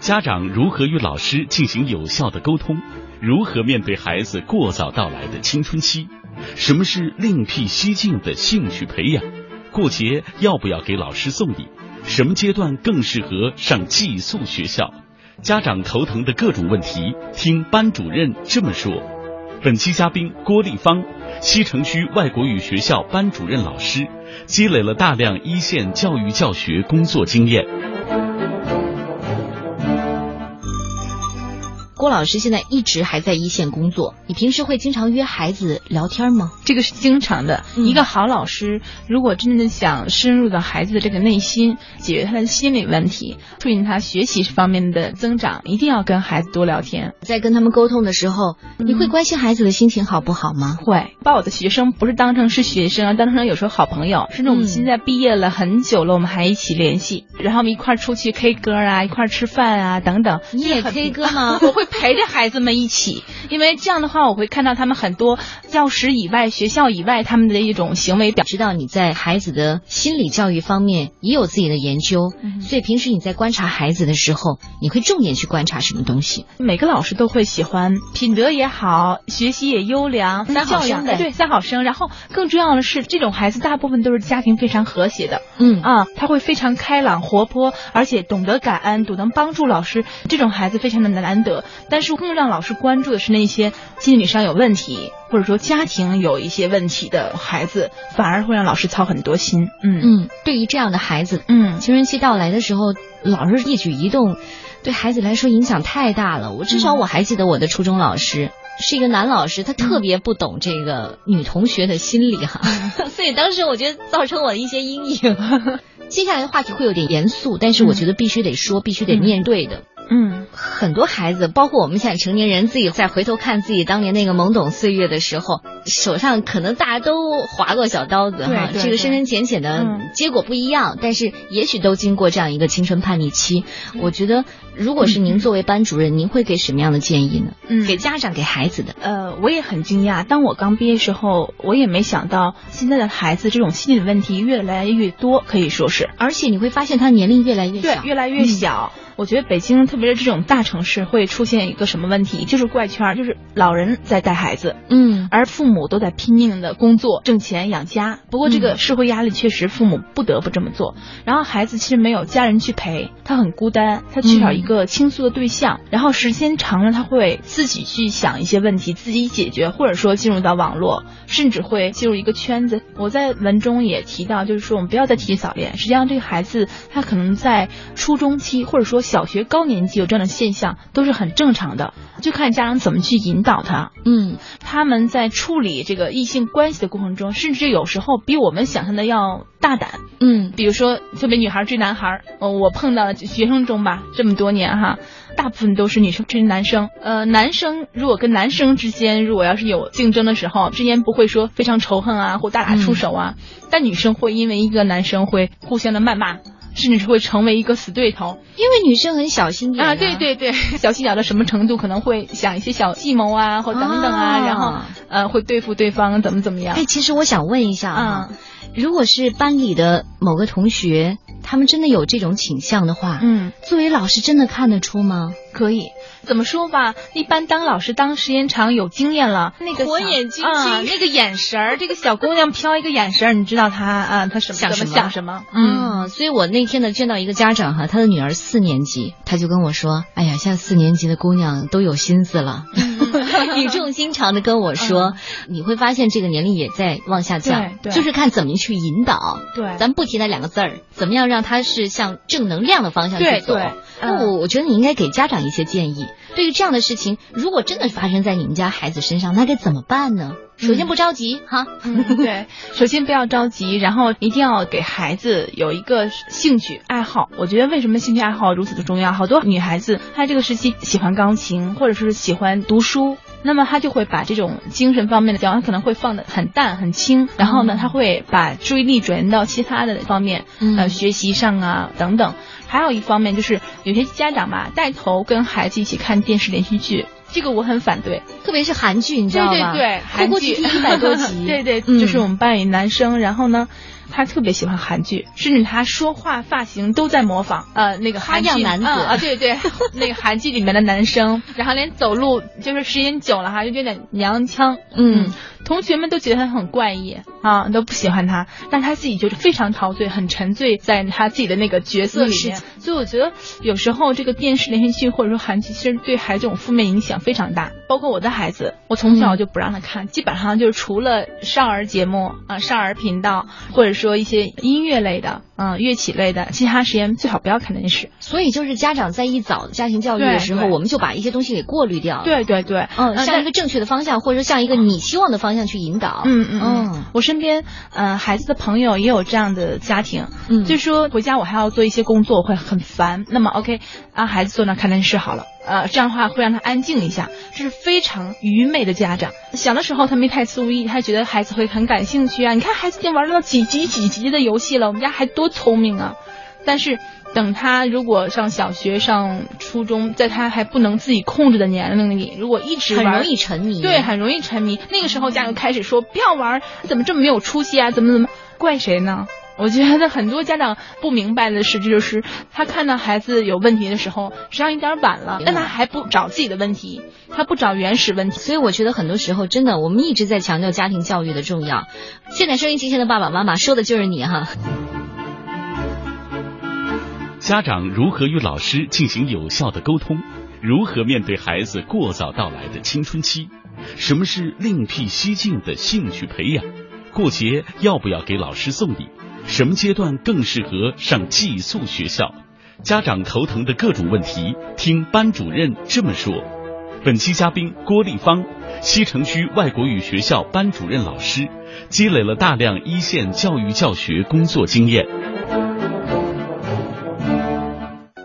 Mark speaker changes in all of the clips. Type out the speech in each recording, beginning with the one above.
Speaker 1: 家长如何与老师进行有效的沟通？如何面对孩子过早到来的青春期？什么是另辟蹊径的兴趣培养？过节要不要给老师送礼？什么阶段更适合上寄宿学校？家长头疼的各种问题，听班主任这么说。本期嘉宾郭丽芳，西城区外国语学校班主任老师，积累了大量一线教育教学工作经验。
Speaker 2: 郭老师现在一直还在一线工作，你平时会经常约孩子聊天吗？
Speaker 3: 这个是经常的。
Speaker 2: 嗯
Speaker 3: 一个好老师，如果真的想深入到孩子的这个内心，解决他的心理问题，促进他学习方面的增长，一定要跟孩子多聊天。
Speaker 2: 在跟他们沟通的时候，
Speaker 3: 嗯
Speaker 2: 你会关心孩子的心情好不好吗？
Speaker 3: 会把我的学生不是当成是学生，啊而当成有时候好朋友，甚至我们
Speaker 2: 嗯
Speaker 3: 现在毕业了很久了，我们还一起联系，然后我们一块儿出去 K 歌啊，一块儿吃饭啊等等。
Speaker 2: 你也
Speaker 3: 很
Speaker 2: K 歌吗
Speaker 3: 我会陪着孩子们一起，因为这样的话，我会看到他们很多教室以外、学校以外他们的一种行为表
Speaker 2: 知道你在孩子的心理教育方面也有自己的研究，
Speaker 3: 嗯
Speaker 2: 所以平时你在观察孩子的时候，你会重点去观察什么东西？
Speaker 3: 每个老师都会喜欢，品德也好，学习也优良，
Speaker 2: 三嗯好哎
Speaker 3: 教养
Speaker 2: 生呗
Speaker 3: 对三好生。然后更重要的是，这种孩子大部分都是家庭非常和谐的
Speaker 2: 嗯
Speaker 3: 啊，他会非常开朗活泼，而且懂得感恩，懂得帮助老师。这种孩子非常的难得。但是更让老师关注的是那些心理上有问题，或者说家庭有一些问题的孩子，反而会让老师操很多心。嗯
Speaker 2: 嗯，对于这样的孩子，
Speaker 3: 嗯
Speaker 2: 青春期到来的时候，老师一举一动对孩子来说影响太大了。我至少
Speaker 3: 嗯
Speaker 2: 我还记得我的初中老师。是一个男老师，他特别不懂这个女同学的心理哈、 所以当时我觉得造成我的一些阴影。接下来的话题会有点严肃，但是我觉得必须得说，必须得面对的。
Speaker 3: 嗯
Speaker 2: 很多孩子，包括我们现在成年人，自己在回头看自己当年那个懵懂岁月的时候，手上可能大家都划过小刀子哈，
Speaker 3: 对对
Speaker 2: 这个深深浅浅的
Speaker 3: 嗯
Speaker 2: 结果不一样，但是也许都经过这样一个青春叛逆期。嗯
Speaker 3: 嗯
Speaker 2: 我觉得，如果是您作为班主任，您会给什么样的建议呢？
Speaker 3: 嗯
Speaker 2: 给家长、给孩子的，
Speaker 3: 呃，我也很惊讶，当我刚毕业时候，我也没想到现在的孩子这种心理问题越来越多，可以说是
Speaker 2: 而且你会发现他年龄越来越
Speaker 3: 对
Speaker 2: 小。
Speaker 3: 越来越小。我觉得北京，特别是这种大城市，会出现一个什么问题，就是怪圈儿，就是老人在带孩子，
Speaker 2: 嗯
Speaker 3: 而父母都在拼命的工作挣钱养家。不过这个社会压力确实，父母不得不这么做。然后孩子其实没有家人去陪，他很孤单，他缺少一个倾诉的对象。然后时间长了，他会自己去想一些问题，自己解决，或者说进入到网络，甚至会进入一个圈子。我在文中也提到，就是说我们不要再提早恋。实际上，这个孩子他可能在初中期或者说小学高年级有这样的现象，都是很正常的，就看家长怎么去引导他。
Speaker 2: 嗯，
Speaker 3: 他们在处理这个异性关系的过程中，甚至有时候比我们想象的要大胆。
Speaker 2: 嗯
Speaker 3: 比如说，特别女孩追男孩儿，呃，我碰到的学生中吧，这么多年哈，大部分都是女生追男生。呃，男生如果跟男生之间，如果要是有竞争的时候，之间不会说非常仇恨啊，或大打出手啊，但女生会因为一个男生会互相的谩骂。甚至是会成为一个死对头
Speaker 2: 因为女生很小心眼
Speaker 3: 啊！对，对对，小心眼儿到什么程度，可能会想一些小计谋啊，或等等啊，
Speaker 2: 哦
Speaker 3: 然后呃，会对付对方怎么怎么样
Speaker 2: 哎，。其实我想问一下啊，如果是班里的某个同学，他们真的有这种倾向的话，
Speaker 3: 嗯，
Speaker 2: 作为老师真的看得出吗？
Speaker 3: 可以。怎么说吧，一般当老师当时间长有经验了，那个
Speaker 2: 火
Speaker 3: 小
Speaker 2: 眼金睛
Speaker 3: 啊那个眼神儿，这个小姑娘飘一个眼神儿，你知道她啊，她什么
Speaker 2: 想
Speaker 3: 怎么
Speaker 2: 什么
Speaker 3: 想什么？嗯，
Speaker 2: 嗯，所以我那天呢见到一个家长哈，他的女儿四年级，他就跟我说：“哎呀，现在四年级的姑娘都有心思 了。” 语重心长的跟我说：“你会发现这个年龄也在往下降，
Speaker 3: 对对
Speaker 2: 就是看怎么去引导。
Speaker 3: 对，
Speaker 2: 咱不提那两个字儿，怎么样让他是向正能量的方向去
Speaker 3: 对
Speaker 2: 走？
Speaker 3: 对
Speaker 2: 那
Speaker 3: 嗯
Speaker 2: 我我觉得你应该给家长一些建议。对于这样的事情，如果真的发生在你们家孩子身上，那该怎么办呢？首先不着急、哈，
Speaker 3: 嗯，对，首先不要着急，然后一定要给孩子有一个兴趣爱好。我觉得为什么兴趣爱好如此的重要？好多女孩子她这个时期喜欢钢琴，或者是喜欢读书。那么她就会把这种精神方面的教养，她可能会放得很淡很轻，然后呢
Speaker 2: 嗯，
Speaker 3: 她会把注意力转移到其他的方面，
Speaker 2: 嗯
Speaker 3: 呃，学习上啊等等。还有一方面就是有些家长吧，带头跟孩子一起看电视连续剧，这个我很反对。
Speaker 2: 特别是韩剧，你知
Speaker 3: 对
Speaker 2: 道
Speaker 3: 对
Speaker 2: 吧？
Speaker 3: 对，
Speaker 2: 哭
Speaker 3: 韩
Speaker 2: 哭
Speaker 3: 剧
Speaker 2: 啼啼一百多集，
Speaker 3: 对对，
Speaker 2: 嗯
Speaker 3: 就是我们班里男生，然后呢，他特别喜欢韩剧，甚至他说话、发型都在模仿呃那个
Speaker 2: 花
Speaker 3: 韩剧
Speaker 2: 样男子
Speaker 3: 嗯啊，对对， 那个韩剧里面的男生，然后连走路就是时间久了哈，就有点娘腔，
Speaker 2: 嗯，
Speaker 3: 同学们都觉得他很怪异啊，都不喜欢他，但他自己就是非常陶醉，很沉醉在他自己的那个角色里
Speaker 2: 嗯
Speaker 3: 面
Speaker 2: 是，
Speaker 3: 所以我觉得有时候这个电视连续剧或者说韩剧，其实对孩子这种负面影响非常大。包括我的孩子，我从小就不让他看，基本上就是除了少儿节目啊、少儿频道，或者说一些音乐类的、嗯、乐器类的，其他时间最好不要看电视。
Speaker 2: 所以就是家长在一早家庭教育的
Speaker 3: 对
Speaker 2: 时候，
Speaker 3: 对
Speaker 2: 我们就把一些东西给过滤掉了。，
Speaker 3: 对对对，
Speaker 2: 嗯，
Speaker 3: 嗯
Speaker 2: 向
Speaker 3: 但
Speaker 2: 一个正确的方向，或者说向一个你期望的方向去引导。
Speaker 3: 嗯嗯
Speaker 2: 嗯
Speaker 3: 嗯，我身边呃孩子的朋友也有这样的家庭，
Speaker 2: 嗯
Speaker 3: 就说回家我还要做一些工作，我会很烦。那么 OK，让孩子坐那儿看电视好了。呃，这样的话会让他安静一下，这是非常愚昧的家长。小的时候他没太注意，他觉得孩子会很感兴趣啊。你看孩子已经玩到几级几级的游戏了，我们家孩子多聪明啊！但是等他如果上小学、上初中，在他还不能自己控制的年龄里，如果一直
Speaker 2: 很
Speaker 3: 玩
Speaker 2: 容易沉迷。
Speaker 3: 对，很容易沉迷。那个时候家长开始说不要玩儿，怎么这么没有出息啊？怎么怎么？怪谁呢？我觉得很多家长不明白的事，就是他看到孩子有问题的时候，实际上有点晚了，但他还不找自己的问题，他不找原始问题。
Speaker 2: 所以我觉得很多时候，真的，我们一直在强调家庭教育的重要。现在收音机前的爸爸妈妈说的就是你哈。
Speaker 1: 家长如何与老师进行有效的沟通？如何面对孩子过早到来的青春期？什么是另辟蹊径的兴趣培养？过节要不要给老师送礼？什么阶段更适合上寄宿学校？家长头疼的各种问题，听班主任这么说。本期嘉宾郭丽芳，西城区外国语学校班主任老师，积累了大量一线教育教学工作经验。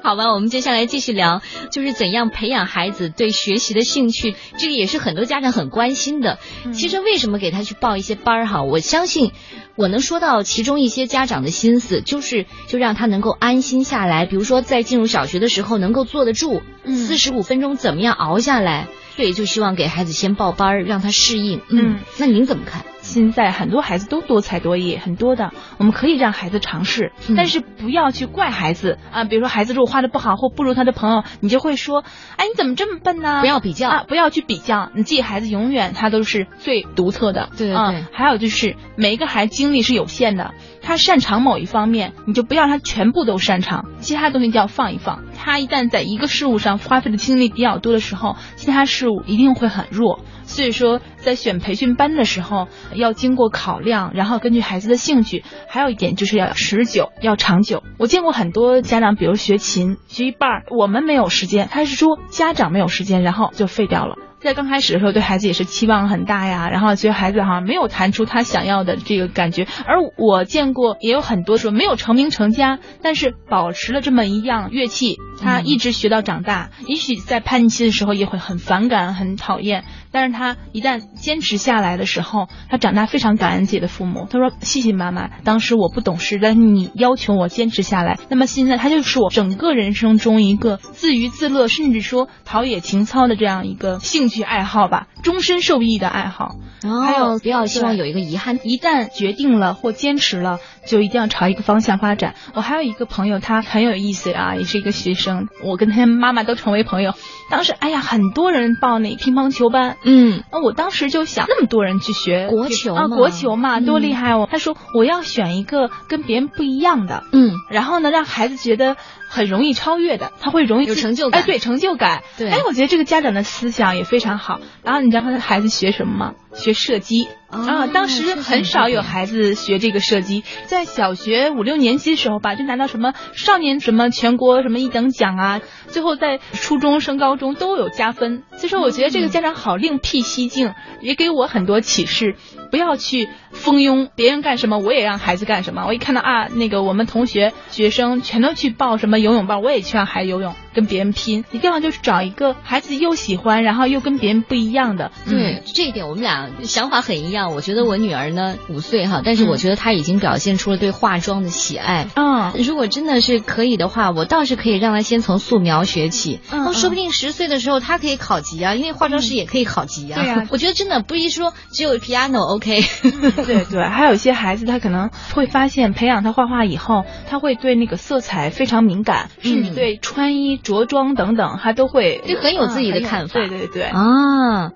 Speaker 2: 好吧，我们接下来继续聊，就是怎样培养孩子对学习的兴趣，这个也是很多家长很关心的。
Speaker 3: 嗯
Speaker 2: 其实为什么给他去报一些班儿哈？我相信我能说到其中一些家长的心思，就是就让他能够安心下来。比如说在进入小学的时候能够坐得住，
Speaker 3: 嗯
Speaker 2: 四十五分钟怎么样熬下来？所以就希望给孩子先报班儿，让他适应。
Speaker 3: 嗯，
Speaker 2: 那您怎么看？
Speaker 3: 现在很多孩子都多才多艺，很多的，我们可以让孩子尝试，
Speaker 2: 嗯
Speaker 3: 但是不要去怪孩子啊。比如说孩子如果画的不好或不如他的朋友，你就会说，哎，你怎么这么笨呢？
Speaker 2: 不要比较。
Speaker 3: 啊，不要去比较，你自己孩子永远他都是最独特的。
Speaker 2: 对对
Speaker 3: 啊
Speaker 2: 对
Speaker 3: 还有就是每一个孩子精力是有限的，他擅长某一方面，你就不要让他全部都擅长，其他东西就要放一放。他一旦在一个事物上花费的精力比较多的时候，其他事物一定会很弱。所以说，在选培训班的时候，要经过考量，然后根据孩子的兴趣，还有一点就是要持久，要长久。我见过很多家长，比如学琴学一半儿，我们没有时间，他是说家长没有时间，然后就废掉了。在刚开始的时候，对孩子也是期望很大呀，然后觉得孩子好像没有弹出他想要的这个感觉。而我见过也有很多说没有成名成家，但是保持了这么一样乐器，他
Speaker 2: 嗯
Speaker 3: 一直学到长大。也许在叛逆期的时候也会很反感、很讨厌，但是他一旦坚持下来的时候，他长大非常感恩自己的父母。他说：“谢谢妈妈，当时我不懂事，但是你要求我坚持下来。那么现在他就是我整个人生中一个自娱自乐，甚至说陶冶情操的这样一个兴趣爱好吧，终身受益的爱好。还有
Speaker 2: 哦不要希望
Speaker 3: 对
Speaker 2: 有一个遗憾。
Speaker 3: 一旦决定了或坚持了，就一定要朝一个方向发展。我还有一个朋友，他很有意思啊，也是一个学生，我跟他妈妈都成为朋友。当时，哎呀，很多人报那乒乓球班，
Speaker 2: 嗯，
Speaker 3: 啊，我当时就想，那么多人去学
Speaker 2: 国球
Speaker 3: 啊，
Speaker 2: 嘛
Speaker 3: 国球嘛，多
Speaker 2: 嗯
Speaker 3: 厉害哦！他说我要选一个跟别人不一样的，
Speaker 2: 嗯，
Speaker 3: 然后呢，让孩子觉得很容易超越的，他会容易
Speaker 2: 有
Speaker 3: 自
Speaker 2: 成就感
Speaker 3: 哎，对，成就感。
Speaker 2: 对
Speaker 3: 哎，我觉得这个家长的思想也非常好。然后你知道他的孩子学什么吗？学射击。
Speaker 2: 哦
Speaker 3: 啊，当时很少有孩子学这个射击，在小学五六年级的时候吧，就拿到什么少年什么全国什么一等奖啊，最后在初中升高中都有加分。所以说，我觉得这个家长好另辟蹊径，也给我很多启示，不要去蜂拥别人干什么，我也让孩子干什么。我一看到啊，那个我们同学学生全都去报什么游泳班，我也去让孩子游泳，跟别人拼，一定要就是找一个孩子又喜欢，然后又跟别人不一样的。嗯
Speaker 2: 对这一点，我们俩想法很一样。我觉得我女儿呢五岁哈，但是我觉得她已经表现出了对化妆的喜爱。
Speaker 3: 嗯，
Speaker 2: 如果真的是可以的话，我倒是可以让她先从素描学起。
Speaker 3: 嗯
Speaker 2: 那
Speaker 3: 嗯
Speaker 2: 说不定十岁的时候她可以考级啊，因为化妆师也可以考级啊。
Speaker 3: 对啊
Speaker 2: 我觉得真的不是说只有 piano OK。
Speaker 3: 对对，还有一些孩子他可能会发现，培养他画画以后，他会对那个色彩非常敏感，甚至对穿衣着装等等，他都会
Speaker 2: 嗯就很有自己的
Speaker 3: 嗯很有
Speaker 2: 看法
Speaker 3: 对对对，
Speaker 2: 啊。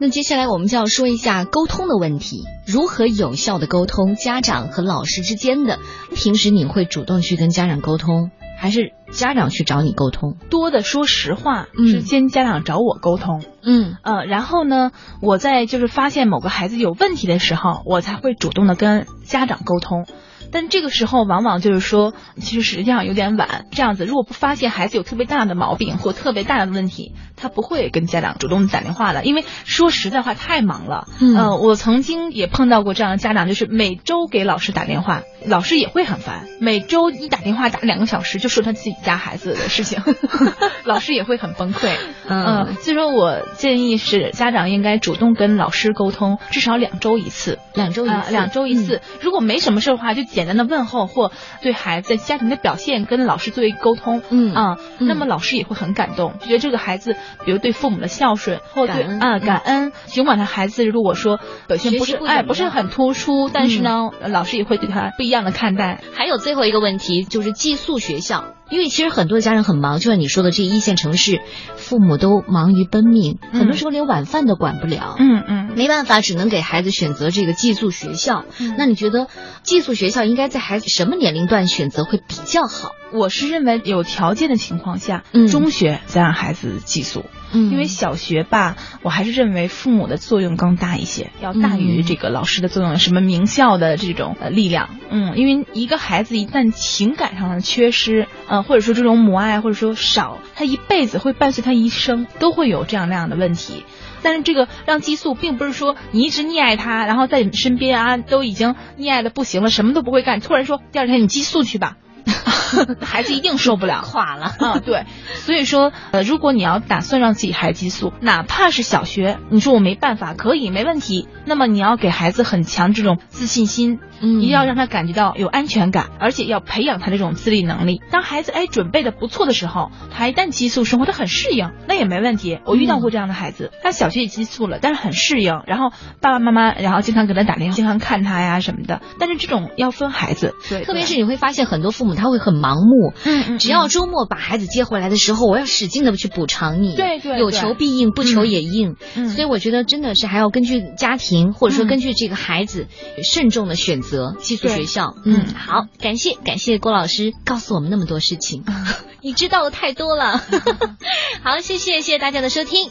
Speaker 2: 那接下来我们就要说一下沟通的问题，如何有效的沟通家长和老师之间的。平时你会主动去跟家长沟通，还是家长去找你沟通？
Speaker 3: 多的说实话
Speaker 2: 嗯
Speaker 3: 是先家长找我沟通，
Speaker 2: 嗯
Speaker 3: 呃，然后呢，我在就是发现某个孩子有问题的时候，我才会主动的跟家长沟通。但这个时候往往就是说，其实实际上有点晚。这样子，如果不发现孩子有特别大的毛病或特别大的问题，他不会跟家长主动打电话的，因为说实在话太忙了。
Speaker 2: 嗯
Speaker 3: 呃，我曾经也碰到过这样的家长，就是每周给老师打电话，老师也会很烦。每周一打电话打两个小时，就说他自己家孩子的事情，老师也会很崩溃。
Speaker 2: 呃
Speaker 3: 嗯，所以说我建议是家长应该主动跟老师沟通，至少两周一
Speaker 2: 呃
Speaker 3: 次。
Speaker 2: 两周一次，嗯
Speaker 3: 啊两周一次、如果没什么事儿的话，就简单的问候或对孩子在家庭的表现跟老师做一个沟通。
Speaker 2: 嗯。嗯
Speaker 3: 啊、
Speaker 2: 嗯
Speaker 3: 那么老师也会很感动，觉得这个孩子，比如对父母的孝顺，或对
Speaker 2: 感恩
Speaker 3: 啊、
Speaker 2: 嗯
Speaker 3: 感恩，尽管他孩子如果说表现不
Speaker 2: 学习
Speaker 3: 是
Speaker 2: 不怎么
Speaker 3: 哎
Speaker 2: 样
Speaker 3: 不是很突出，但是呢、老师也会对他不一样的看待。
Speaker 2: 嗯还有最后一个问题就是寄宿学校，因为其实很多家长很忙，就像你说的这一线城市，父母都忙于奔命，
Speaker 3: 嗯
Speaker 2: 很多时候连晚饭都管不了。
Speaker 3: 嗯嗯，
Speaker 2: 没办法，只能给孩子选择这个寄宿学校。
Speaker 3: 嗯
Speaker 2: 那你觉得寄宿学校应该在孩子什么年龄段选择会比较好？
Speaker 3: 我是认为有条件的情况下，
Speaker 2: 嗯
Speaker 3: 中学再让孩子寄宿。
Speaker 2: 嗯
Speaker 3: 因为小学吧，我还是认为父母的作用更大一些，
Speaker 2: 嗯
Speaker 3: 要大于这个老师的作用，什么名校的这种呃力量。嗯，因为一个孩子一旦情感上的缺失，呃，或者说这种母爱或者说少，他一辈子会伴随他一生，都会有这样那样的问题。但是这个让激素，并不是说你一直溺爱他，然后在你身边啊都已经溺爱的不行了，什么都不会干，突然说第二天你激素去吧， 孩子一定受不 了。
Speaker 2: 垮了。
Speaker 3: 嗯，对，所以说，呃，如果你要打算让自己孩子寄宿，哪怕是小学，你说我没办法，可以，没问题，那么你要给孩子很强这种自信心，
Speaker 2: 嗯
Speaker 3: 一定要让他感觉到有安全感，而且要培养他这种自立能力。当孩子哎准备的不错的时候，他一旦寄宿生活，他很适应，那也没问题。我遇到过这样的孩子，他小学也寄宿了，但是很适应，然后爸爸妈妈然后经常给他打电话，经常看他呀什么的。但是这种要分孩子，对，
Speaker 2: 特别是你会发现很多父母他会很盲目，
Speaker 3: 嗯嗯，
Speaker 2: 只要周末把孩子接回来的时候，我要使劲的去补偿你，
Speaker 3: 对对对
Speaker 2: 有求必应，不求也应。
Speaker 3: 嗯
Speaker 2: 所以我觉得真的是还要根据家庭，或者说
Speaker 3: 嗯
Speaker 2: 根据这个孩子慎重的选择寄宿
Speaker 3: 对
Speaker 2: 学校。
Speaker 3: 嗯
Speaker 2: 好，感谢感谢郭老师告诉我们那么 多事情，你知道的太多了。好，谢谢谢谢大家的收听。